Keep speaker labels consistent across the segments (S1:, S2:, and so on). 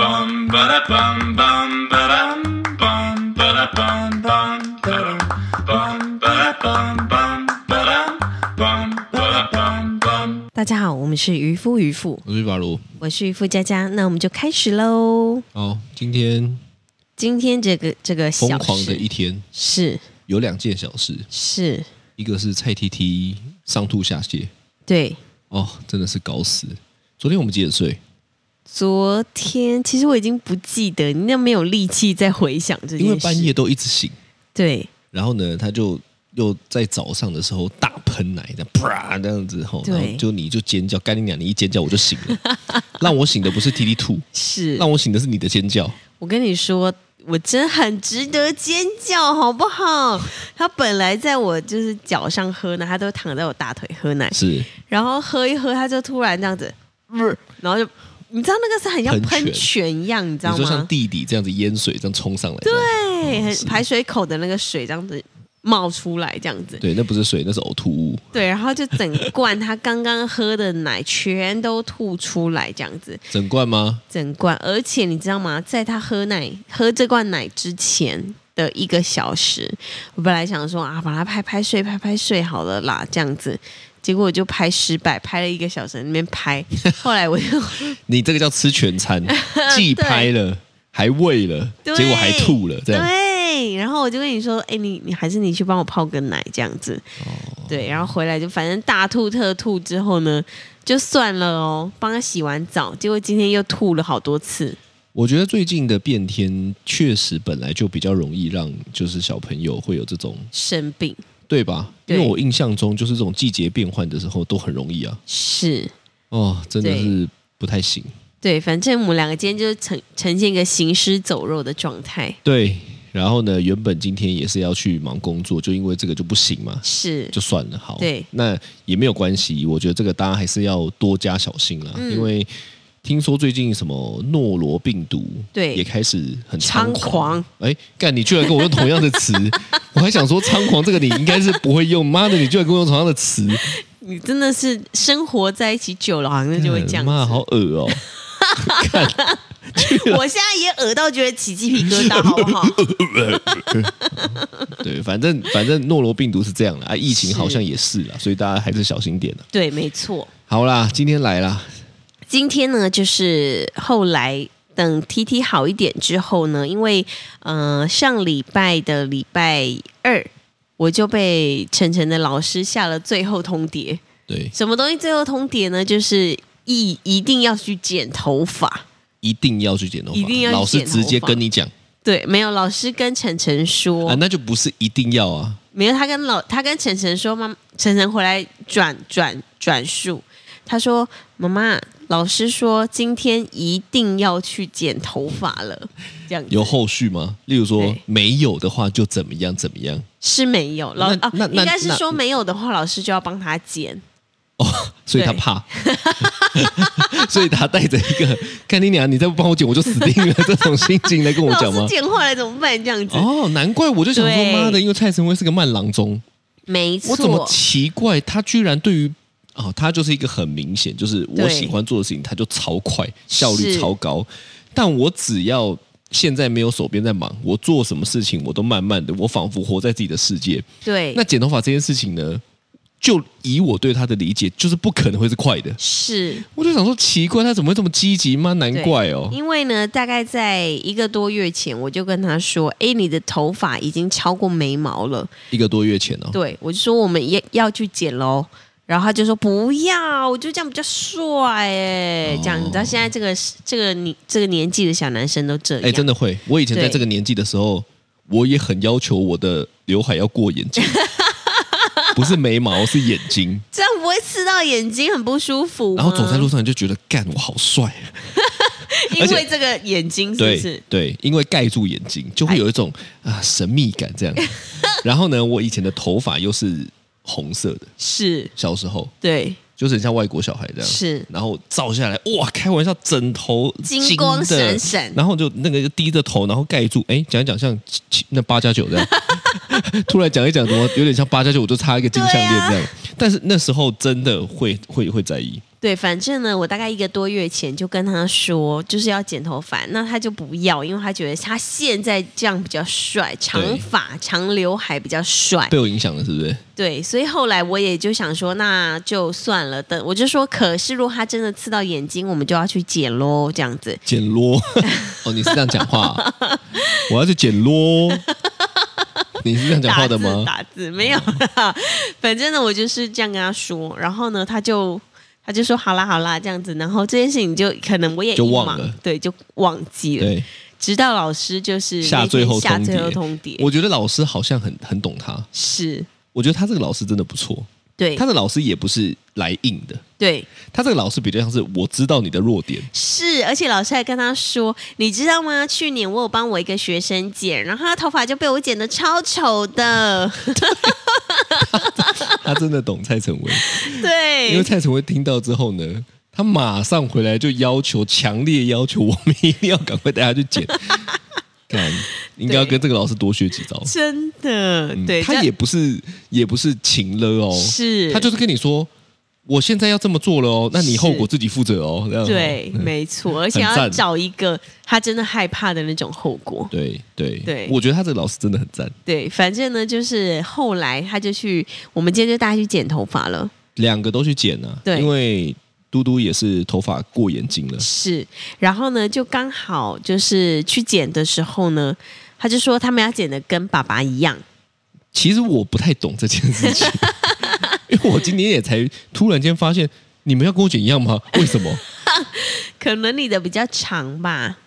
S1: bum ba da bum bum ba dum bum ba da bum bum ba dum bum ba da bum bum ba dum bum ba da bum bum.
S2: 大家好，我们是渔夫渔妇，
S3: 我是法如。
S2: 我是渔夫佳佳，那我们就开始喽。
S3: 好，今天
S2: 今天这个这个
S3: 疯
S2: 小
S3: 狂的
S2: 事
S3: 一天，
S2: 是
S3: 有两件小事，
S2: 是，
S3: 一个是蔡 T T 上吐下泻，
S2: 对，
S3: 哦，真的是搞死。昨天我们几点睡？
S2: 昨天其实我已经不记得，你那没有力气再回想这件事，
S3: 因为半夜都一直醒，
S2: 对
S3: 然后呢，他就又在早上的时候大喷奶，这样啪这样子吼，
S2: 对
S3: 然后就你就尖叫，干你娘！你一尖叫我就醒了， 让我醒的不是 T T 吐，
S2: 是
S3: 让我醒的是你的尖叫。
S2: 我跟你说，我真很值得尖叫，好不好？ 他本来在我就是脚上喝奶，他都躺在我大腿喝奶，
S3: 是
S2: 然后喝一喝，他就突然这样子，然后就你知道那个是很像
S3: 喷泉
S2: 喷泉一样，你知
S3: 你
S2: 道
S3: 说像
S2: 吗？
S3: 弟弟这样子淹水这样冲上来，对
S2: 对，很嗯排水口的那个水这样子冒出来，这样子。
S3: 对，那不是水，那是呕吐物。
S2: 对，然后就整罐他刚刚喝的奶全都吐出来，这样子
S3: 整罐吗？
S2: 整罐。而且你知道吗？在他喝奶喝这罐奶之前的一个小时，我本来想说啊，把他拍拍睡，拍拍睡好了啦，这样子。结果我就拍失败，拍了一个小时在那边拍。后来我就
S3: 你这个叫吃 全餐，既拍了，还喂了，
S2: 对
S3: 结果还吐了，这样
S2: 对，然后我就跟你说，哎，你你还是你去帮我泡个奶这样子。
S3: 哦
S2: 对，然后回来就反正大吐特吐之后呢，就算了哦，帮他洗完澡，结果今天又吐了好多次。
S3: 我觉得最近的变天确实本来就比较容易让就是小朋友会有这种，
S2: 生病
S3: 对吧？
S2: 对
S3: 因为我印象中就是这种季节变换的时候都很容易啊，
S2: 是
S3: 哦，真的
S2: 对
S3: 是不太行。
S2: 对，反正我们两个今天就是呈呈现一个行尸走肉的状态。
S3: 对，然后呢，原本今天也是要去忙工作，就因为这个就不行嘛，
S2: 是
S3: 就算了，好，
S2: 对
S3: 那也没有关系，我觉得这个大家还是要多加小心啦，
S2: 嗯
S3: 因为听说最近什么诺罗病毒，
S2: 对
S3: 也开始很
S2: 猖
S3: 猖
S2: 狂。
S3: 哎，干，你居然跟我用同样的 词，我还想说猖狂这个你应该是不会用，妈的，你居然跟我用同样的词，
S2: 你真的是生活在一起久了，好像 就会这样子。
S3: 妈好恶 哦，
S2: 我现在也耳到觉得起鸡皮疙瘩，好不 好？
S3: 对，反正反正诺罗病毒是这样的啊，疫情
S2: 是
S3: 好像也是啦，所以大家还是小心点啦。
S2: 对，没错。
S3: 好啦，今天来啦，
S2: 今天呢，就是后来等 T T 好一点之后呢，因为呃上礼拜的礼拜二，我就被晨晨的老师下了最后通牒。
S3: 对，
S2: 什么东西最后通牒呢？就是一一定要去剪头发。
S3: 一定要去剪头发，
S2: 一定要去
S3: 老师
S2: 剪头
S3: 直接
S2: 发
S3: 跟你讲啊
S2: 对，没有老师跟晨晨说，
S3: 啊，那就不是一定要啊。
S2: 没有他跟老他跟晨晨说，妈妈晨晨回来转转转述，他说妈妈老师说今天一定要去剪头发了，这样子
S3: 有后续吗？例如说
S2: 对
S3: 没有的话就怎么样怎么样
S2: 是没有老
S3: 那
S2: 啊，
S3: 那
S2: 应
S3: 那
S2: 该是
S3: 那
S2: 说没有的话，老师就要帮他剪。
S3: 哦，所以他怕， 所以他带着一 个看你娘，你再不帮我剪我就死定了这种心情来跟我
S2: 老
S3: 讲
S2: 师
S3: 吗？
S2: 剪坏了怎么办？这样子、
S3: 哦，难怪我就想
S2: 对
S3: 说，妈的，因为蔡成威是个慢郎中，
S2: 没
S3: 我怎么
S2: 错，
S3: 奇怪他居然对于哦，他就是一个很明显，就是我
S2: 对
S3: 喜欢做的事情，他就超快，效率
S2: 是
S3: 超高，但我只要现在没有手边在忙，我做什么事情我都慢慢的，我仿佛活在自己的世界，
S2: 对
S3: 那，剪头发这件事情呢，就以我对他的理解，就是不可能会是快的。
S2: 是
S3: 我就想说，奇怪，他怎么会这么积极吗？难怪哦。
S2: 因为呢，大概在一个多月前，我就跟他说：“哎，你的头发已经超过眉毛了。
S3: 一个多月前哦，
S2: 对我就说：“我们也要去剪喽。”然后他就说：“不要，我就这样比较帅哎。”
S3: 哦
S2: 这样，你知道现在这个这个你这个年纪的小男生都这样，
S3: 哎，真的会。我以前在
S2: 对
S3: 这个年纪的时候，我也很要求我的刘海要过 眼睛，不是眉毛，是眼睛。
S2: 这样不会刺到眼睛，很不舒服吗。
S3: 然后走在路上，你就觉得干，我好帅。
S2: 因
S3: 而且
S2: 为这个眼睛是不
S3: 对
S2: 是？哎
S3: 对，因为盖住眼睛，就会有一种啊神秘感 这样。然后呢，我以前的头发又是红色的，
S2: 是，
S3: 小时候
S2: 对，
S3: 就是很像外国小孩这样。
S2: 是
S3: 然后照下来，哇，开玩笑，枕头
S2: 金
S3: 的
S2: 光闪闪
S3: 然后就那个低着头，然后盖住，哎，讲一讲像七七那八加九这样， 突然讲一
S2: 啊
S3: 讲，怎么有点像八加九，我就插一个金项链这样。但是那时候真的会会会在意，
S2: 对，反正呢，我大概一个多月前就跟他说，就是要剪头发，那他就不要，因为他觉得他现在这样比较帅，长
S3: 对
S2: 发、长刘海比较帅。
S3: 被我影响了，是不是？
S2: 对，所以后来我也就想说，那就算了，等我就说，可是如果他真的刺到眼睛，我们就要去剪喽，这样子。
S3: 捡啰， 哦，你是这样讲话啊、我要去捡啰，你是这样讲话的吗？
S2: 打字打字没有啦，反正呢，我就是这样跟他说，然后呢，他就他就说好啦好啦这样子，然后这件事情就可能我也
S3: 就
S2: 一
S3: 忘
S2: 忙
S3: 了
S2: 对，就忘记了。
S3: 对，
S2: 直到老师就是
S3: 下
S2: 那天
S3: 最后
S2: 下
S3: 通
S2: 最后
S3: 牒
S2: 通牒，
S3: 我觉得老师好像很很懂他，
S2: 是
S3: 我觉得他这个老师真的不错，
S2: 对
S3: 他的老师也不是来硬的，
S2: 对
S3: 他这个老师比较像是我知道你的弱 点，
S2: 是，而且老师还跟他说，你知道吗？去年我有帮我一个学生剪，然后他头发就被我剪得超丑 的，
S3: 他真的懂蔡成 威，因
S2: 对。
S3: 为蔡成威听到之后呢。他马上回来就要求，强烈要求我们一定要赶快带他去 剪，看应该要跟这个老师多学几招。
S2: 真的，
S3: 嗯
S2: 对，
S3: 他
S2: 这
S3: 也不是也不是情了哦，
S2: 是
S3: 他就是跟你说，我现在要这么做了哦，那你后果自己负责哦。这样哦
S2: 对，
S3: 嗯
S2: 没错，而且
S3: 很
S2: 要
S3: 赞
S2: 找一个他真的害怕的那种后果。
S3: 对对
S2: 对
S3: 我觉得他这个老师真的很赞。
S2: 对，反正呢，就是后来他就去，我们今天就带他去剪头发了。
S3: 两个都去剪啊，
S2: 对
S3: 因为嘟嘟也是头发过眼睛了，
S2: 是，然后呢，就刚好就是去剪的时候呢，他就说他们要剪的跟爸爸一样，
S3: 其实我不太懂这件 事情，因为我今天也才突然间发现，你们要跟我剪一样吗？为什么？
S2: 可能你的比较长吧，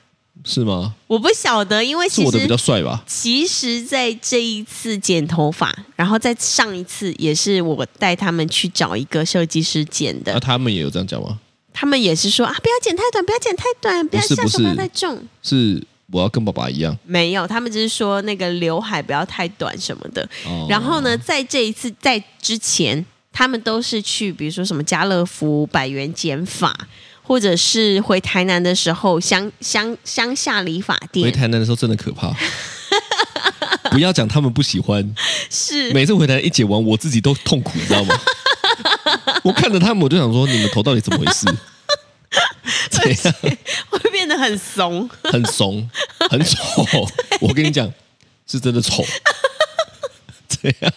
S3: 是吗？
S2: 我不晓得，因为
S3: 是
S2: 其
S3: 我的比较
S2: 实
S3: 帅吧？
S2: 其实在这一次剪头发，然后在上一次也是我带他们去找一个设计师剪
S3: 那、
S2: 的，
S3: 啊他们也有这样讲吗？
S2: 他们也是说啊，不要剪太短，不要剪太短，不要
S3: 不是
S2: 下
S3: 不
S2: 手不要
S3: 是
S2: 太重。
S3: 是我要跟爸爸一样
S2: 没有，他们只是说那个刘海不要太短什么的。
S3: 哦。
S2: 然后呢，在这一次在之前，他们都是去比如说什么家乐福、百元剪发，或者是回台南的时候乡乡乡下理发
S3: 回
S2: 店，
S3: 台南的时候真的 可怕。不要讲他们不喜欢，
S2: 是
S3: 每次回台南一剪完，我自己都痛苦，你知道吗？我看着他们，我就想说，你们头到底怎么回 事？这样
S2: 会变得很 怂。
S3: 很怂，很丑。我跟你讲，是真的丑。这样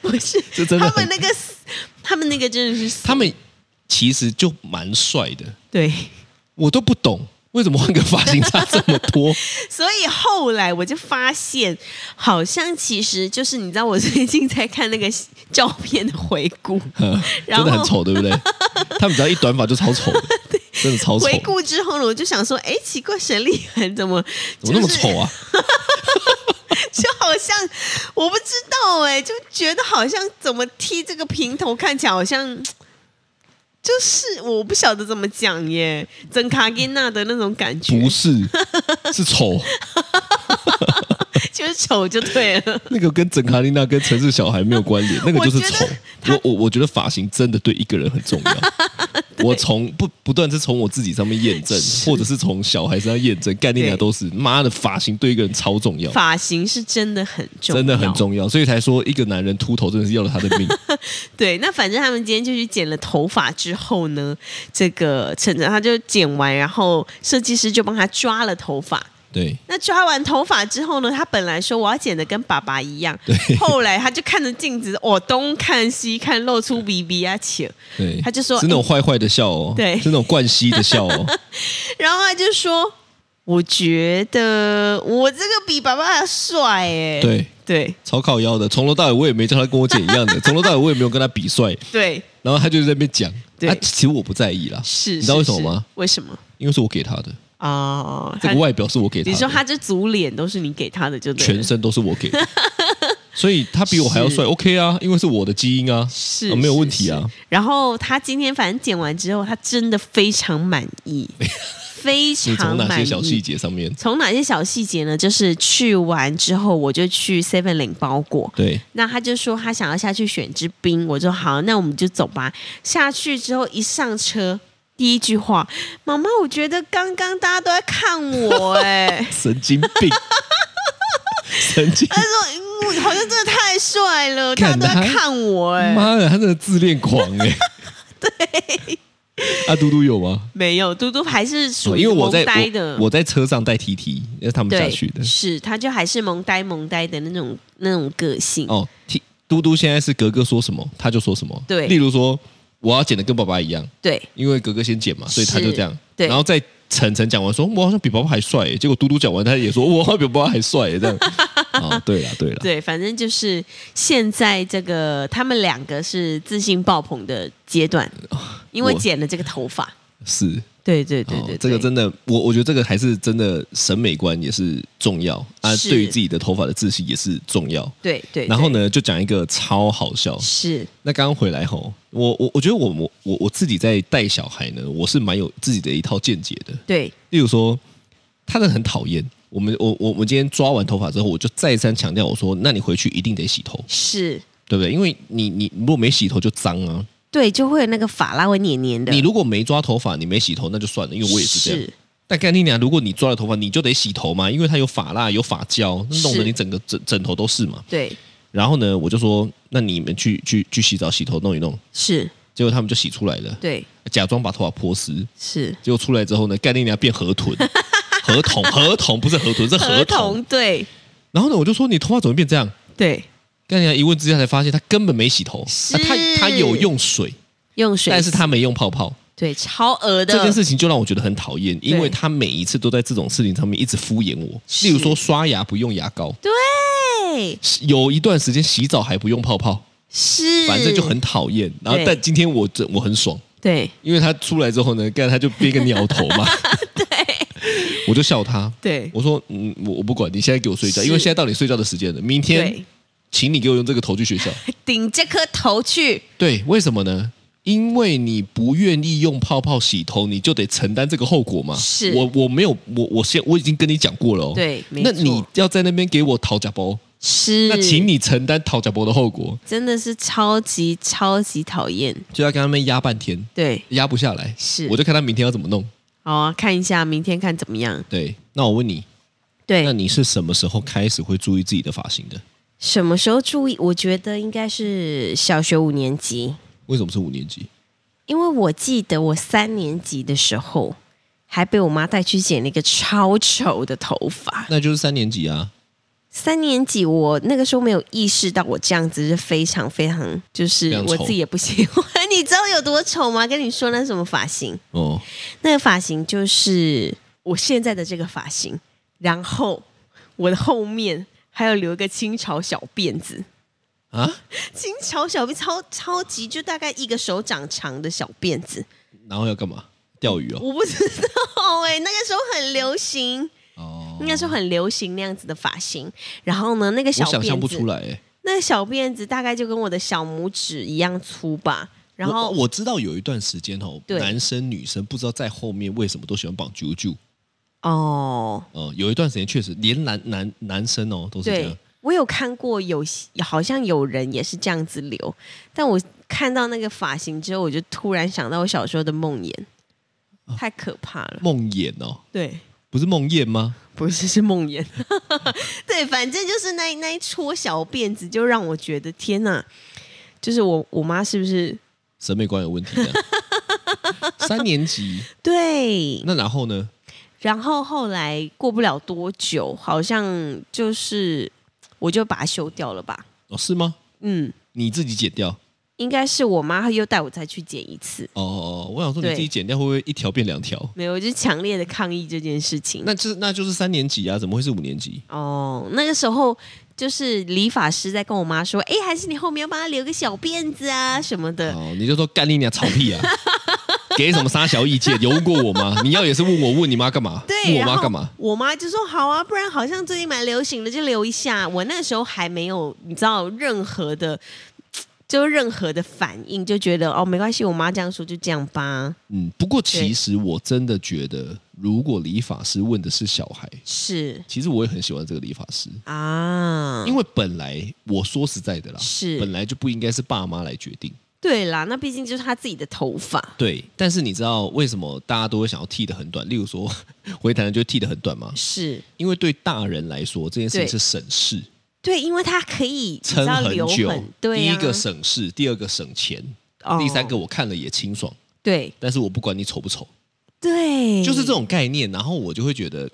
S2: 不是，
S3: 这真的
S2: 他们
S3: 很
S2: 那个，他们那个真的是怂
S3: 他们其实就蛮帅的，
S2: 对。
S3: 我都不懂为什么换个发型差这么 多。
S2: 所以后来我就发现，好像其实就是你知道，我最近在看那个照片的回顾，
S3: 嗯
S2: 然
S3: 真
S2: 后
S3: 的很丑，对不 对？他们只要一短发就超丑的，真的超丑。
S2: 回顾之后呢，我就想说，哎，奇怪，沈立恒怎么、就
S3: 怎
S2: 是、
S3: 么那么丑啊？
S2: 就好像我不知道哎、就觉得好像怎么剃这个平头，看起来好像就是我不晓得怎么讲耶，整卡金娜的那种感觉
S3: 不，是，是丑。
S2: 就是丑就对 了。
S3: 那个跟整卡琳娜跟城市小孩没有关联，那个就是丑
S2: 我觉得。
S3: 我我我觉得发型真的对一个人很 重要。我从不不断是从我自己上面验证，或者是从小孩身上验证，概念俩
S2: 对
S3: 都是。妈的，发型对一个人超重要，
S2: 发型是真的很重要，
S3: 真的很。重要，所以才说一个男人秃头真的是要了他的 命。
S2: 对，那反正他们今天就去剪了头发之后呢，这个陈晨他就剪完，然后设计师就帮他抓了头发。
S3: 对
S2: 那抓完头发之后呢，他本来说我要剪的跟爸爸一样
S3: 对，
S2: 后来他就看着镜子，哦，东看西看，露出鼻鼻啊切，
S3: 对，
S2: 他就说哎
S3: 是那种坏坏的笑哦，
S2: 对
S3: 是那种冠希的笑哦。
S2: 然后他就说，我觉得我这个比爸爸还帅哎，
S3: 对
S2: 对
S3: 超靠腰的，从头到尾我也没叫他跟我剪一样 的，从头到尾我也没有跟他比帅，
S2: 对
S3: 然后他就在那边讲，
S2: 对
S3: 啊，其实我不在意啦，
S2: 是，
S3: 你知道为
S2: 是
S3: 什么
S2: 是
S3: 吗？
S2: 为什么
S3: 因为是我给他的，
S2: 哦，
S3: 这
S2: 他
S3: 个外表是我给他的，
S2: 你说他这组脸都是你给他的，就对了
S3: 全身都是我 给的，所以他比我还要帅
S2: 是
S3: ，OK 啊，因为是我的基因啊，
S2: 是、
S3: 啊没有问题啊
S2: 是。是然后他今天反正剪完之后，他真的非常满 意，非
S3: 你
S2: 常
S3: 从
S2: 满意。
S3: 哪些小细节上面？
S2: 从哪些小细节呢？就是去完之后，我就去 Seven 领包裹。
S3: 对，，
S2: 那他就说他想要下去选支冰，我说好，那我们就走吧。下去之后一上车，第一句话，妈妈，我觉得刚刚大家都在看我、 哎
S3: 神经病，神经，
S2: 他说嗯我好像真的太帅了，大家
S3: 看
S2: 都在
S3: 他
S2: 看我、哎，
S3: 妈的，他真的自恋狂哎、欸啊，嘟嘟有吗？哦
S2: 没有，嘟嘟还是属于
S3: 因为我在
S2: 萌呆的
S3: 我我在车上带 T T，是他们下
S2: 对
S3: 去的。
S2: 是他就还是萌呆萌呆的那种那种个性。
S3: 哦，T 嘟嘟现在是格格说什么他就说什么，
S2: 对
S3: 例如说我要剪的跟爸爸一样，
S2: 对
S3: 因为格格先剪嘛，所以他
S2: 是
S3: 就这样。
S2: 对
S3: 然后在晨晨讲完说，我好像比爸爸还帅耶，欸结果嘟嘟讲完，他 也说我好像比爸爸还帅欸耶，这样。哦，对了对了，
S2: 对，反正就是现在这个他们两个是自信爆棚的阶段，因为
S3: 我
S2: 剪了这个头发。
S3: 是
S2: 对对对
S3: 哦
S2: 对，
S3: 这个
S2: 对
S3: 真的，我我觉得这个还是真的审美观也是重要啊，
S2: 是
S3: 对于自己的头发的自信也是重要。
S2: 对对。
S3: 然后
S2: 对？
S3: 呢，就讲一个超好笑。
S2: 是
S3: 那刚刚回来吼，我我我觉得我我我我自己在带小孩呢，我是蛮有自己的一套见解的。
S2: 对
S3: 例如说，他真的很讨厌我们，我我我们今天抓完头发之后，我就再三强调我说，那你回去一定得洗头，
S2: 是，
S3: 对不对？因为你你如果没洗头就脏啊，
S2: 对，就会有那个发蜡会黏黏的。
S3: 你如果没抓头发，你没洗头那就算了，因为我也是这样。但干你娘，如果你抓了头发，你就得洗头嘛，因为它有发蜡、有发胶，那弄
S2: 是
S3: 得你整个枕枕头都是嘛。
S2: 对
S3: 然后呢，我就说，那你们去去去洗澡、洗头弄一弄。
S2: 是，
S3: 结果他们就洗出来了，
S2: 对
S3: 假装把头发泼湿，
S2: 是
S3: 结果出来之后呢，干你娘变河豚， 河童，河童不是河豚，是河童。
S2: 对
S3: 然后呢，我就说你头发怎么会变这样？
S2: 对，
S3: 干娘一问之下才发现，他根本没洗头，
S2: 是
S3: 啊、他他有用水，
S2: 用水洗，
S3: 但是他没用泡泡。
S2: 对超额的
S3: 这件事情就让我觉得很讨厌，因为
S2: 对
S3: 他每一次都在这种事情上面一直敷衍我。
S2: 是
S3: 例如说刷牙不用牙膏，
S2: 对
S3: 有一段时间洗澡还不用泡泡，
S2: 是，
S3: 反正就很讨厌。然后
S2: 嗯对
S3: 但今天我真我很爽，
S2: 对
S3: 因为他出来之后呢，干他就憋个鸟头 嘛，对，我就笑他。
S2: 对
S3: 我说，嗯，我我不管，你现在给我睡觉，
S2: 是
S3: 因为现在到你睡觉的时间了。明天
S2: 对，
S3: 请你给我用这个头去 学校。
S2: 顶这颗头去，
S3: 对，为什么呢？因为你不愿意用泡泡洗头，你就得承担这个后果嘛。
S2: 是
S3: 我我没有，我我先我已经跟你讲过了、哦。
S2: 对没
S3: 那
S2: 错
S3: 你要在那边给我讨假包，
S2: 是
S3: 那请你承担讨假包的后果，
S2: 真的是超级超级讨厌，
S3: 就要跟他们压半天，
S2: 对，
S3: 压不下来。
S2: 是
S3: 我就看他明天要怎么弄。
S2: 好啊，看一下明天看怎么样，
S3: 对，那我问你，那
S2: 对，
S3: 你是什么时候开始会注意自己的发型的？
S2: 什么时候注意？我觉得应该是小学五年级，
S3: 为什么是五年级？
S2: 因为我记得我三年级的时候。还被我妈带去剪了一个超丑的头发，
S3: 那就是三年级啊。
S2: 三年级，我那个时候没有意识到我这样子是非常非常，就是
S3: 非常丑
S2: 我自己也不喜欢。 你知道有多丑吗？跟你说那什么发型，
S3: 哦，
S2: 那个发型就是我现在的这个发型，然后我的后面还有留一个清朝小辫子，
S3: 啊，
S2: 清朝小辫超超级就大概一个手掌长的小辫子，
S3: 然后要干嘛？钓鱼哦。
S2: 我不知道哎、那个时候很流行，
S3: 哦
S2: 应该说很流行那样子的发型。然后呢，那个小
S3: 我
S2: 辫子
S3: 想象不出来哎。
S2: 那个小辫子大概就跟我的小拇指一样粗吧。然后
S3: 我我知道有一段时间哦，
S2: 对
S3: 男生女生不知道在后面为什么都喜欢绑啾啾。
S2: 哦，
S3: 嗯，有一段时间确实连男男男生哦都是这
S2: 对
S3: 样。
S2: 我有看过有好像有人也是这样子留，但我看到那个发型之后，我就突然想到我小时候的梦魇，太可怕了。
S3: 梦魇哦，
S2: 对，
S3: 不是梦魇吗？
S2: 不是是梦魇， 对，反正就是那那一撮小辫子，就让我觉得天哪，就是我我妈是不是
S3: 审美观有问题 这样。三年级，
S2: 对？
S3: 那然后呢？
S2: 然后后来过不了多久，好像就是我就把它修掉了吧。
S3: 哦，是吗？
S2: 嗯，
S3: 你自己剪掉？
S2: 应该是我妈又带我再去剪一次，
S3: 哦哦，哦我想说你
S2: 对
S3: 自己剪掉会不会一条变两条？
S2: 没有，我就强烈的抗议这件事情。
S3: 那就是那就是三年级啊，怎么会是五年级？
S2: 哦，那个时候就是理发师在跟我妈说，哎，还是你后面要帮她留个小辫子啊什么的。
S3: 哦，你就说干你娘草屁啊！ 给什么撒小意见？有问过我吗？ 你要也是问我，问你妈干嘛？
S2: 对，
S3: 问我
S2: 然
S3: 妈
S2: 后
S3: 干嘛？？
S2: 我妈就说好啊，不然好像最近蛮流行的，就留一下。我那时候还没有，你知道任何的，就任何的反应，就觉得哦没关系，我妈这样说就这样吧。
S3: 嗯，不过其实我真的觉得，如果理发师问的是小孩，
S2: 是
S3: 其实我也很喜欢这个理发师，
S2: 啊，
S3: 因为本来我说实在的啦，
S2: 是
S3: 本来就不应该是爸妈来决定。
S2: 对啦，那毕竟就是她自己的头发，
S3: 对，但是你知道为什么大家都会想要剃得很短？例如说 回台南就剃得很短吗？
S2: 是
S3: 因为对大人来说，这件事情
S2: 对
S3: 是省事，
S2: 对，因为她可以
S3: 撑
S2: 你知道
S3: 很
S2: 留
S3: 久。
S2: 对、啊，
S3: 第一个省事，第二个省钱，
S2: 哦
S3: 第三个我看了也清爽。
S2: 对
S3: 但是我不管你丑不丑，
S2: 对，
S3: 就是这种概念。然后我就会觉得，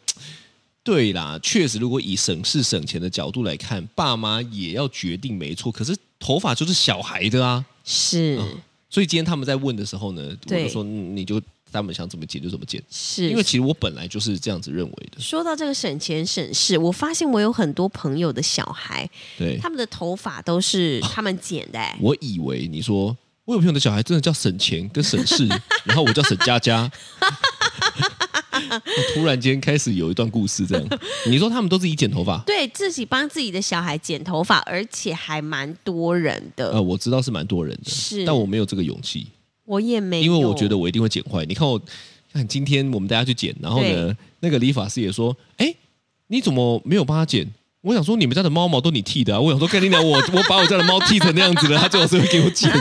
S3: 对啦，确实，如果以省事省钱的角度来看，爸妈也要决定没错。可是头发就是小孩的啊，
S2: 是、
S3: 所以今天他们在问的时候呢，我
S2: 对
S3: 就说、嗯你就他们想怎么剪就怎么剪，
S2: 是，
S3: 因为其实我本来就是这样子认为的。
S2: 说到这个省钱省事，我发现我有很多朋友的小孩，
S3: 对。
S2: 他，们的头发都是他们剪的、欸
S3: 我以为你说我有朋友的小孩真的叫省钱跟省 事，然后我叫沈佳佳。我突然间开始有一段故事，这样你说他们都自己剪头发？
S2: 对自己帮自己的小孩剪头发，而且还蛮多人的。
S3: 呃，我知道是蛮多人的，
S2: 是
S3: 但我没有这个勇气，
S2: 我也没有，
S3: 因为我觉得我一定会剪坏。你看我，看今天我们大家去剪，然后呢
S2: 对，
S3: 那个理发师也说：“哎，你怎么没有帮他剪？”我想说，你们家的猫毛都你剃的、啊，我想说，干你娘，我 我把我家的猫剃成那样子了，他最好是会给我剪，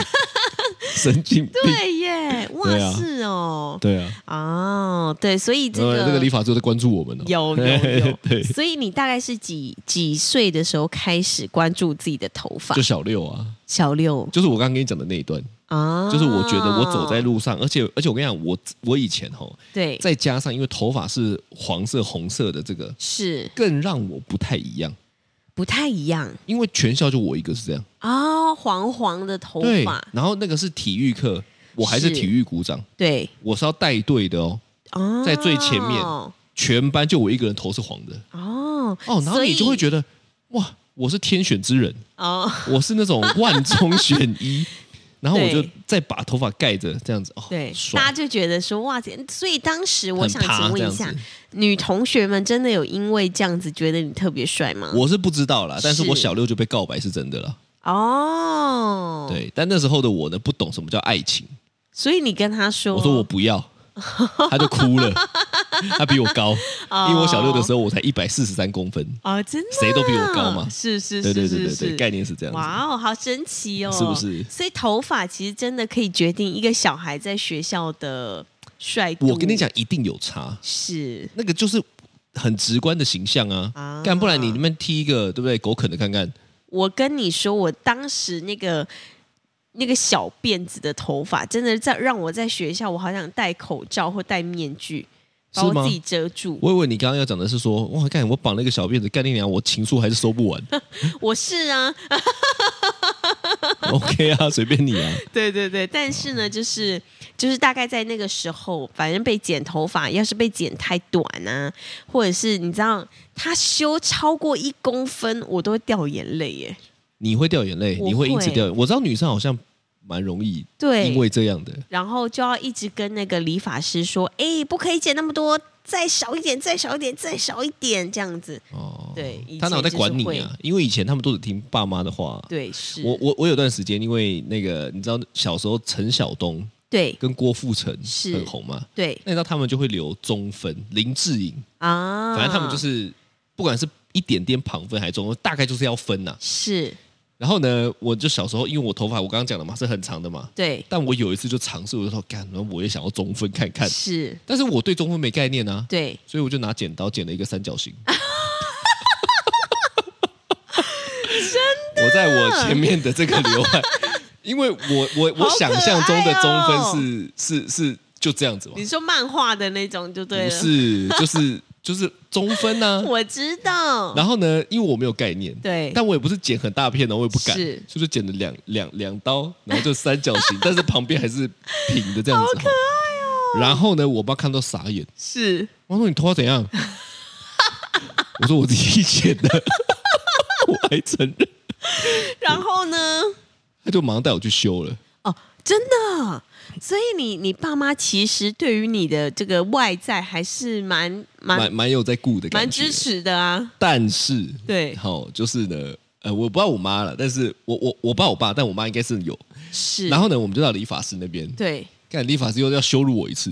S3: 神 经病。
S2: 对耶，哇，
S3: 对啊
S2: 是哦，
S3: 对啊，
S2: 哦，对，所以这
S3: 呃
S2: 个、
S3: 这个理发师都在关注我们哦。
S2: 有有 有，
S3: 对
S2: 所以你大概是几几岁的时候开始关注自己的头发
S3: 就？小六啊，
S2: 小六
S3: 就是我刚刚跟你讲的那一段，
S2: 啊，
S3: 就是我觉得我走在路上，而且而且我跟你讲，我我以前吼，
S2: 对，
S3: 再加上因为头发是黄色、红色的，这个
S2: 是
S3: 更让我不太一样，
S2: 不太一样
S3: 因为全校就我一个是这样，
S2: 哦，黄黄的头
S3: 对
S2: 发，，
S3: 然后那个是体育课，我还是
S2: 是
S3: 体育股长，
S2: 对，
S3: 我是要带队的哦，
S2: 哦，
S3: 在最前面全班就我一个人头是黄的，
S2: 哦
S3: 哦，然后
S2: 所
S3: 你
S2: 以
S3: 就会觉得哇，我是天选之人，
S2: 哦，
S3: 我是那种万中选 一，然后我
S2: 对
S3: 就再把头发盖着，这样子哦，
S2: 对，
S3: 爽
S2: 大家就觉得说哇，这所以当时我
S3: 很
S2: 想
S3: 趴
S2: 请问
S3: 这
S2: 一
S3: 样
S2: 下
S3: 子，
S2: 女同学们真的有因为这样子觉得你特别帅吗？
S3: 我是不知道啦，但是
S2: 是
S3: 我小六就被告白是真的了。
S2: 哦，，
S3: 对，但那时候的我呢，不懂什么叫爱情，
S2: 所以你跟他说，
S3: 我说我不要，他就 哭了。他比我高，因为我小六的时候我才一百四十三公分，
S2: 哦，真的啊，
S3: 谁都比我高嘛
S2: 是是是
S3: 对对
S2: 是
S3: 对对
S2: 是
S3: 对，概念是这样子。
S2: 哇哦，好神奇哦！
S3: 是不是
S2: 所以头发其实真的可以决定一个小孩在学校的帅度。
S3: 我跟你，讲，一定有差，
S2: 是
S3: 那个就是很直观的形象啊
S2: 啊，
S3: 干不然你们踢一个对不对？狗啃的看看，
S2: 我跟你说，我当时那个那个小辫子的头发，真的在让我在学校，我好想戴口罩或戴面具，把
S3: 是吗
S2: 我自己遮住。我
S3: 我以为你刚刚要讲的是说，哇，干我绑了一个小辫子，干你娘，我情书还是收不 完。
S2: 是啊，
S3: OK 啊，随便你啊。
S2: 对对对，但是呢，就是就是大概在那个时候，反正被剪头发，要是被剪太短啊，或者是你知道他修超过一公分，我都会掉眼泪耶。
S3: 你会掉眼泪，
S2: 我
S3: 你会因此
S2: 会
S3: 掉眼。我知道女生好像蛮容易
S2: 对，
S3: 因为这样的，
S2: 然后就要一直跟那个理发师说，哎，不可以剪那么多，再少一点，再少一点，再少一点，这样子。
S3: 哦，
S2: 对以
S3: 他哪有在
S2: 前就是
S3: 管你
S2: 会
S3: 啊？因为以前他们都只听爸妈的话。
S2: 对，是，
S3: 我我我有段时间，因为那个你知道，小时候陈晓东
S2: 对
S3: 跟郭富城
S2: 是
S3: 很红嘛，
S2: 对
S3: 那你知道他们就会留中分，林志颖，
S2: 啊，
S3: 反正他们就是、不管是一点点旁分还是中分，大概就是要分呐、啊
S2: 是
S3: 然后呢，我就小时候因为我头发我刚刚讲了嘛是很长的嘛，
S2: 对
S3: 但我有一次就尝试，我就说干，那我也想要中分看看，
S2: 是，
S3: 但是我对中分没概念啊，
S2: 对，
S3: 所以我就拿剪刀剪了一个三角形。真的，我在我前面的这个刘海， 因为我我我
S2: 好可爱哦
S3: 想象中的中分是、是是就这样子嘛
S2: 你，说漫画的那种就对
S3: 不
S2: 了，
S3: 是就是就是中分呢、
S2: 我知道，
S3: 然后呢，因为我没有概念，
S2: 对
S3: 但我也不是剪很大片的，我也不敢，
S2: 是
S3: 所以就剪了两两两刀，然后就三角 形，但是旁边还是平的这样子。好可爱哦！然后呢，我爸看到傻眼，
S2: 是。
S3: 我说你头发怎样？ 我说我自己剪的， 我还承认。
S2: 然后呢？
S3: 他就马上带我去修了。
S2: 哦，真的，所以你你爸妈其实对于你的这个外在还是蛮
S3: 蛮
S2: 蛮
S3: 蛮有在顾的感觉，
S2: 蛮支。持的啊。
S3: 但是，
S2: 对
S3: 好、就是呢，呃，我不知道我妈了，但是我我我不知道我爸，但我妈应该是有。
S2: 是，
S3: 然后呢，我们就到理发师那边，
S2: 对，
S3: 看理发师又要羞辱 我一次。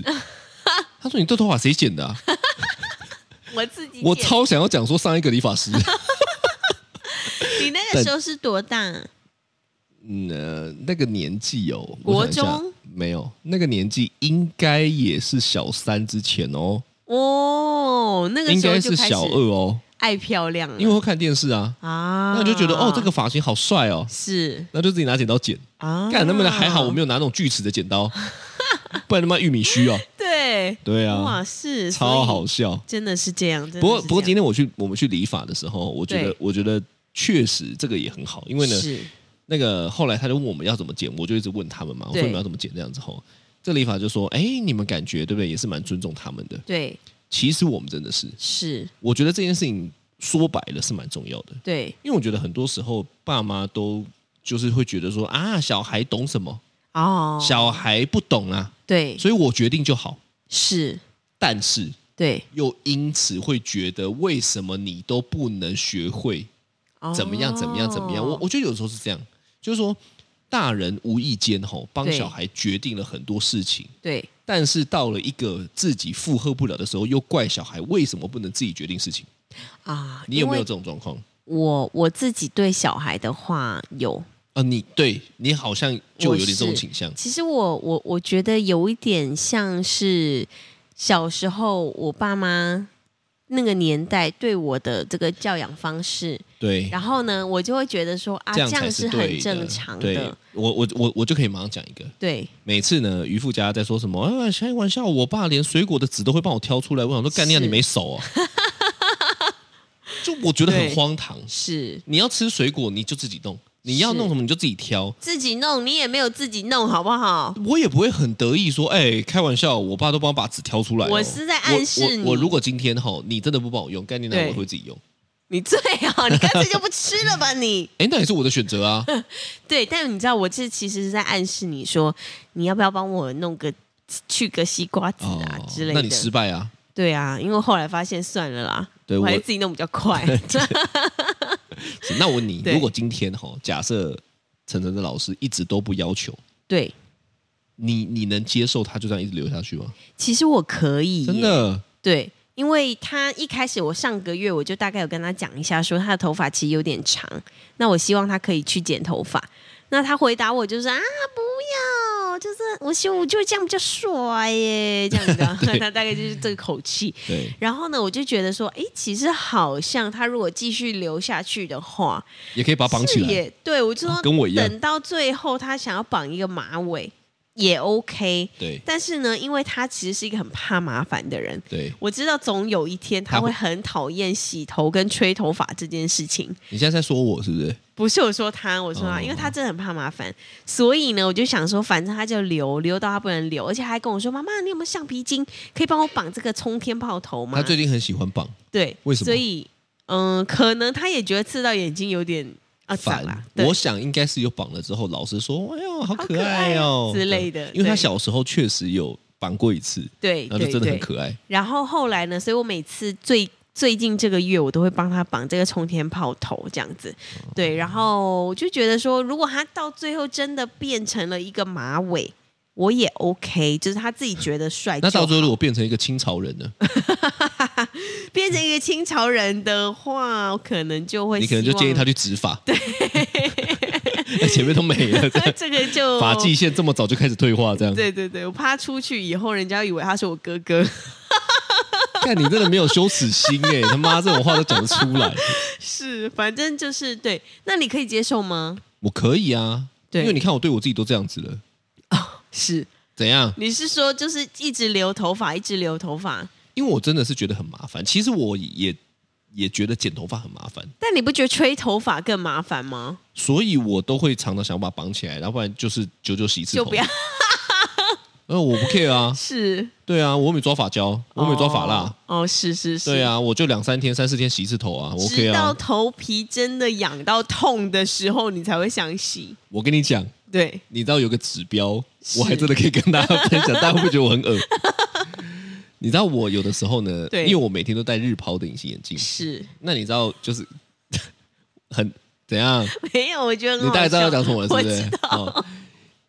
S3: 他说：“你这头发谁剪的、啊
S2: 我自己？”
S3: 我
S2: 剪
S3: 超想要讲说上一个理发师，
S2: 你那个时候是多大？
S3: 嗯、呃，那个年纪哦，
S2: 国
S3: 我想一下
S2: 中
S3: 没有，那个年纪应该也是小三之前哦，
S2: 哦，那个
S3: 应
S2: 时候
S3: 该
S2: 就是开
S3: 小二
S2: 始
S3: 哦，
S2: 爱漂亮了，
S3: 因为会看电视啊，
S2: 啊，
S3: 那我就觉得哦，这个发型好帅哦，
S2: 是
S3: 那就自己拿剪刀剪。
S2: 啊，
S3: 干，能不能还好我没有拿那种锯齿的剪刀，不然他妈玉米须啊！
S2: 对，
S3: 对啊
S2: 哇，，是
S3: 超好，笑。
S2: 所以真的是这样。真的
S3: 不过
S2: 是
S3: 不过
S2: 这
S3: 今
S2: 样
S3: 天我去我们去理发的时候，我觉得
S2: 对
S3: 我觉得确实这个也很好，因为呢，
S2: 是
S3: 那个后来他就问我们要怎么剪，我就一直问他们嘛，我说
S2: 对
S3: 你们要怎么剪这样之后，这个理发就说，哎，你们感觉对不对？也是蛮尊重他们的。
S2: 对，
S3: 其实我们真的是，
S2: 是
S3: 我觉得这件事情说白了是蛮重要的，
S2: 对
S3: 因为我觉得很多时候爸妈都就是会觉得说啊，小孩懂什么，
S2: 哦，
S3: 小孩不懂啊，
S2: 对
S3: 所以我决定就好。
S2: 是，
S3: 但是
S2: 对，
S3: 又因此会觉得为什么你都不能学会
S2: 哦
S3: 怎么样怎么样怎么样？我我觉得有时候是这样，就是说大人无意间吼帮
S2: 对
S3: 小孩决定了很多事情，
S2: 对
S3: 但是到了一个自己负荷不了的时候，又怪小孩为什么不能自己决定事情？
S2: 啊，
S3: 你有没有
S2: 因为
S3: 这种状况？
S2: 我我自己对小孩的话有，
S3: 啊，你对你好像就
S2: 我
S3: 有点这种
S2: 是
S3: 倾向，
S2: 其实我我我觉得有一点像是小时候我爸妈那个年代对我的这个教养方式，
S3: 对，
S2: 然后呢，我就会觉得说啊啊，这
S3: 样才
S2: 是
S3: 对
S2: 很
S3: 的
S2: 正常
S3: 对
S2: 的，
S3: 我我我我就可以马上讲一个，
S2: 对，
S3: 每次呢，渔夫家在说什么？哎，开玩笑，我爸连水果的籽都会帮我挑出来。我想说，干你、啊、
S2: 是
S3: 你没手 啊！就我觉得很
S2: 对
S3: 荒唐。
S2: 是
S3: 你要吃水果，你就自己弄；你要
S2: 是
S3: 弄什么，你就自己挑。
S2: 自己弄，你也没有自己弄，好不好？
S3: 我也不会很得意说，哎，开玩笑，我爸都帮我把籽挑出来哦、
S2: 我是在暗示
S3: 我我
S2: 你
S3: 我如果今天哈，你真的不帮我用，干你奶
S2: 对
S3: 我会自己用。
S2: 你最好，你干脆就不吃了吧，你。
S3: 哎，那也是我的选择 啊。
S2: 对，但你知道，我这其实是在暗示你说，你要不要帮我弄个去个西瓜籽
S3: 哦
S2: 啊、之类
S3: 那你失
S2: 的？
S3: 败啊。
S2: 对啊，因为后来发现算了啦，
S3: 对
S2: 我还
S3: 我
S2: 是自己弄比较 快。
S3: 是那我问你，
S2: 对
S3: 如果今天哈，假设晨晨的老师一直都不要求。
S2: 对，
S3: 你你能接受他就这样一直留下去吗？
S2: 其实我可以，
S3: 真。的，
S2: 对，因为他一开始我上个月我就大概有跟他讲一下，说他的头发其实有点长，那我希望他可以去剪头发。那他回答我就是啊，不要，就是我希望我就这样比较帅耶，这样子的
S3: 对，
S2: 他大概就是这个口气。
S3: 对，
S2: 然后呢，我就觉得说，诶，其实好像他如果继续留下去的话，
S3: 也可以把他绑起
S2: 是
S3: 来。
S2: 也对我就说、
S3: 哦跟我一样
S2: 等到最后他想要绑一个马尾也 OK，
S3: 对
S2: 但是呢，因为他其实是一个很怕麻烦的人，
S3: 对，
S2: 我知道总有一天
S3: 他
S2: 他
S3: 会
S2: 会很讨厌洗头跟吹头发这件事情。
S3: 你现在在说我是不是？
S2: 不是我说他，我说他，
S3: 哦
S2: 因为他真的很怕麻烦，所以呢，我就想说，反正他就留，留到他不能留，而且还跟我说：“妈妈，你有没有橡皮筋可以帮我绑这个冲天炮头吗
S3: 他？”最近很喜欢绑，
S2: 对，
S3: 为什么
S2: 所以，嗯、可能他也觉得刺到眼睛有点啊，咋啦
S3: 烦。。
S2: 对
S3: 我想应该是有绑了之后，老师说：“哎呦，好
S2: 好
S3: 可
S2: 可
S3: 爱
S2: 爱哦
S3: 哦
S2: 之类的
S3: 对因为他
S2: 对
S3: 小时候确实有绑过一次，
S2: 对
S3: 然后就
S2: 对
S3: 真的
S2: 对，
S3: 很可爱。
S2: 然后后来呢，所以我每次最最近这个月，我都会帮他绑这个冲天炮头这样子，
S3: 哦
S2: 对，然后我就觉得说，如果他到最后真的变成了一个马尾，我也 OK，就是他自己觉得帅就
S3: 那
S2: 好。
S3: 到最后如果变成一个清朝人呢？
S2: 变成一个清朝人的话，我可能就会
S3: 你可能就
S2: 希望
S3: 建议他去执 法。对，前面都没了，这样
S2: 这个就
S3: 发际线这么早就开始退化，这样。
S2: 对对对，我怕他出去以后，人家以为他是我哥哥。
S3: 看你真的没有羞耻心哎，他妈这种话都讲得出来。
S2: 是，反正就是对。那你可以接受吗？
S3: 我可以啊，
S2: 对
S3: 因为你看我对我自己都这样子了，
S2: 是，
S3: 怎样？
S2: 你是说就是一直留头发，一直留头发？
S3: 因为我真的是觉得很麻烦。其实我也也觉得剪头发很麻烦，
S2: 但你不觉得吹头发更麻烦吗？
S3: 所以我都会常常想把它绑起来，要不然就是久久洗一次头。
S2: 就不要。
S3: 呃，我不 care 啊，
S2: 是，
S3: 对啊，我又没抓发胶，我又没抓发蜡，
S2: 哦。哦，是是是，
S3: 对。啊，我就两三天、三四天洗一次头啊，我 OK
S2: 直到
S3: 啊。
S2: 头皮真的痒到痛的时候，你才会想洗。
S3: 我跟你讲，
S2: 对，
S3: 你知道有个指标，我还真的可以跟大家分享，大家会不会觉得我 很恶？你知道我有的时候呢，
S2: 对
S3: 因为我每天都戴日抛的隐形眼镜，
S2: 是
S3: 那你知道就是很怎样？
S2: 没有，我觉得很
S3: 你大概知道要
S2: 好笑
S3: 讲什么了，是不
S2: 我
S3: 是
S2: 知？
S3: 哦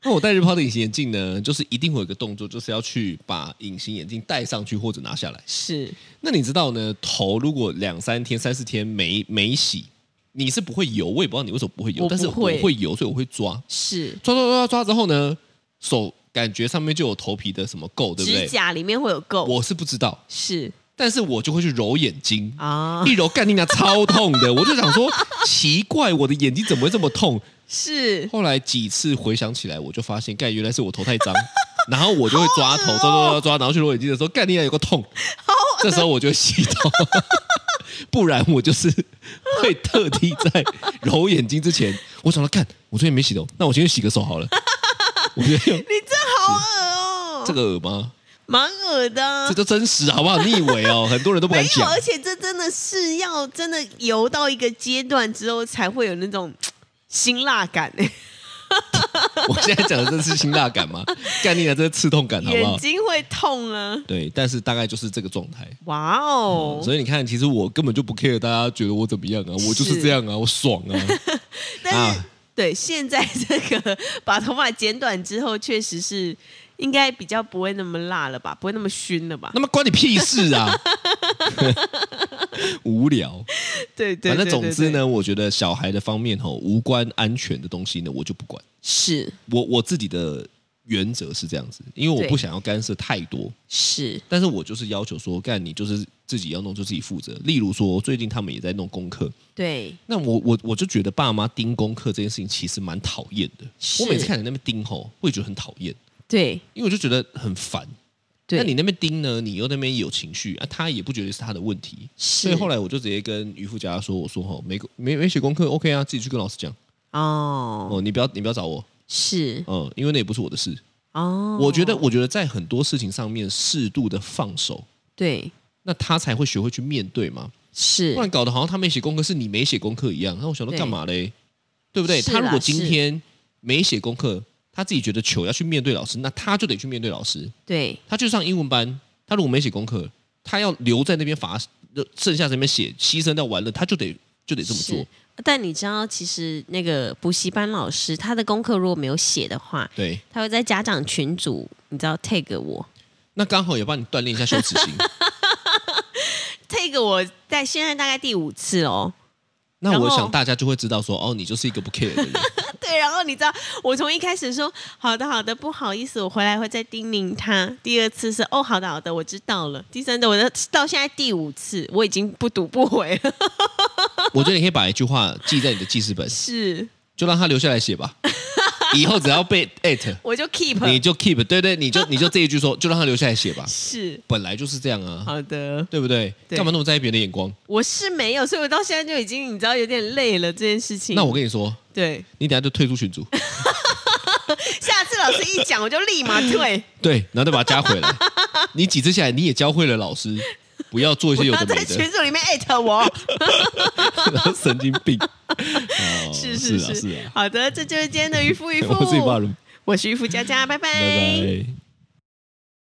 S3: 那我戴日抛的隐形眼镜呢，就是一定会有一个动作，就是要去把隐形眼镜戴上去或者拿下来。
S2: 是
S3: 那你知道呢？头如果两三天、三四天没没洗，你是不会油，我也不知道你为什么不会油，
S2: 我不
S3: 但是我
S2: 会
S3: 会油，所以我会抓，
S2: 是，
S3: 抓抓抓抓抓之后呢，手感觉上面就有头皮的什么垢，对不
S2: 指
S3: 对？
S2: 甲里面会有垢。
S3: 我是不知道，
S2: 是
S3: 但是我就会去揉眼睛
S2: 啊，
S3: 一揉干你娘超痛的，我就想说奇怪，我的眼睛怎么会这么痛？
S2: 是
S3: 后来几次回想起来，我就发现，干原来是我头太脏， 然后我就会 抓头，抓抓抓抓，然后去揉眼睛的时候，干你娘有个痛，这时候我就会洗头， 不然我就是会特地在揉眼睛之前，我想到看我昨天没洗头，那我先去洗个手 好了。我觉得
S2: 你这好恶哦，
S3: 这个耳吗？
S2: 蛮恶的啊、
S3: 这都真实好不好？你以为哦，很多人都不敢
S2: 没有，
S3: 讲。
S2: 而且这真的是要真的游到一个阶段之后，才会有那种辛辣感哎、
S3: 我现在讲的这是辛辣感吗？干你娘这是刺痛感好不
S2: 眼
S3: 好？
S2: 睛会痛啊！
S3: 对，但是大概就是这个状态。
S2: 哇哦，
S3: 嗯所以你看，其实我根本就不 care 大家觉得我怎么样啊，我就是
S2: 是
S3: 这样啊，我爽啊。
S2: 但是、
S3: 啊
S2: 对现在这个把头发剪短之后，确实是应该比较不会那么辣了吧，不会那么熏了吧？
S3: 那么关你屁 事啊！ 无聊，
S2: 对对
S3: 反正
S2: 对
S3: 总
S2: 对
S3: 之
S2: 对
S3: 呢，我觉得小孩的方面吼，无关安全的东西呢，我就不管。
S2: 是
S3: 我我自己的原则是这样子，因为我
S2: 对
S3: 不想要干涉太多，
S2: 是
S3: 但是我就是要求说，干你就是自己要弄就自己负责。例如说，最近他们也在弄功课，
S2: 对
S3: 那我我我就觉得爸妈盯功课这件事情其实蛮讨厌的。
S2: 是
S3: 我每次看你那边盯吼，会觉得很讨厌，
S2: 对
S3: 因为我就觉得很烦。
S2: 对，
S3: 那你那边盯呢，你又那边有情绪啊，他也不觉得是他的问题，
S2: 是
S3: 所以后来我就直接跟渔夫家说，我说吼，没没没写功课，OK 啊，自己去跟老师讲
S2: 哦
S3: 哦，你不要你不要找我，
S2: 是
S3: 嗯，因为那也不是我的事。
S2: 哦，
S3: 我觉得我觉得在很多事情上面适度的放手，
S2: 对
S3: 那他才会学会去面对嘛，
S2: 是
S3: 不然搞得好像他没写功课是你没写功课一样。那我想到
S2: 对
S3: 干嘛嘞？对不对？
S2: 是
S3: 他如
S2: 啦
S3: 果今
S2: 是
S3: 天没写功课，他自己觉得糗要去面对老师，那他就得去面对老师。
S2: 对
S3: 他去上英文班，他如果没写功课，他要留在那边罚，剩下这边写，牺牲掉完了，他就得就得这么做
S2: 是。但你知道，其实那个补习班老师他的功课如果没有写的话，
S3: 对，
S2: 他会在家长群组，你知道 tag 我
S3: 那刚好也帮你锻炼一下羞耻 心。
S2: ，tag 我在现在大概第五次哦。
S3: 那我
S2: 然后
S3: 想大家就会知道说，哦，你就是一个不 care 的人。
S2: 对，然后你知道，我从一开始说好的好的，不好意思，我回来会再叮咛他。第二次是哦，好的好的，我知道了。第三次，我的到现在第五次，我已经不读不回了。
S3: 我觉得你可以把一句话记在你的记事本，
S2: 是，
S3: 就让他留下来写 吧。以后只要被 at，
S2: 我就
S3: 你
S2: keep
S3: 就 keep，对对，你 就你就这一句说，就让他留下来写吧。
S2: 是
S3: 本来就是这样啊，
S2: 好的，
S3: 对不对？
S2: 对
S3: 干嘛那么在意别人的眼光？
S2: 我是没有，所以我到现在就已经你知道有点累了这件事情。
S3: 那我跟你说，
S2: 对，
S3: 你等下就退出群组，
S2: 下次老师一讲，我就立 马退，
S3: 对，然后再把他加回来。你几次下来，你也教会了老师不要做一
S2: 不
S3: 些有
S2: 要
S3: 的哦
S2: 在
S3: 没
S2: 群
S3: 的，
S2: 组里面艾特我。
S3: 神经 病。哦
S2: 是
S3: 是
S2: 是
S3: 啊是啊，
S2: 好的，这就是今天的渔夫渔夫，
S3: 我自己骂人，
S2: 我是渔夫佳佳，拜拜
S3: 拜拜。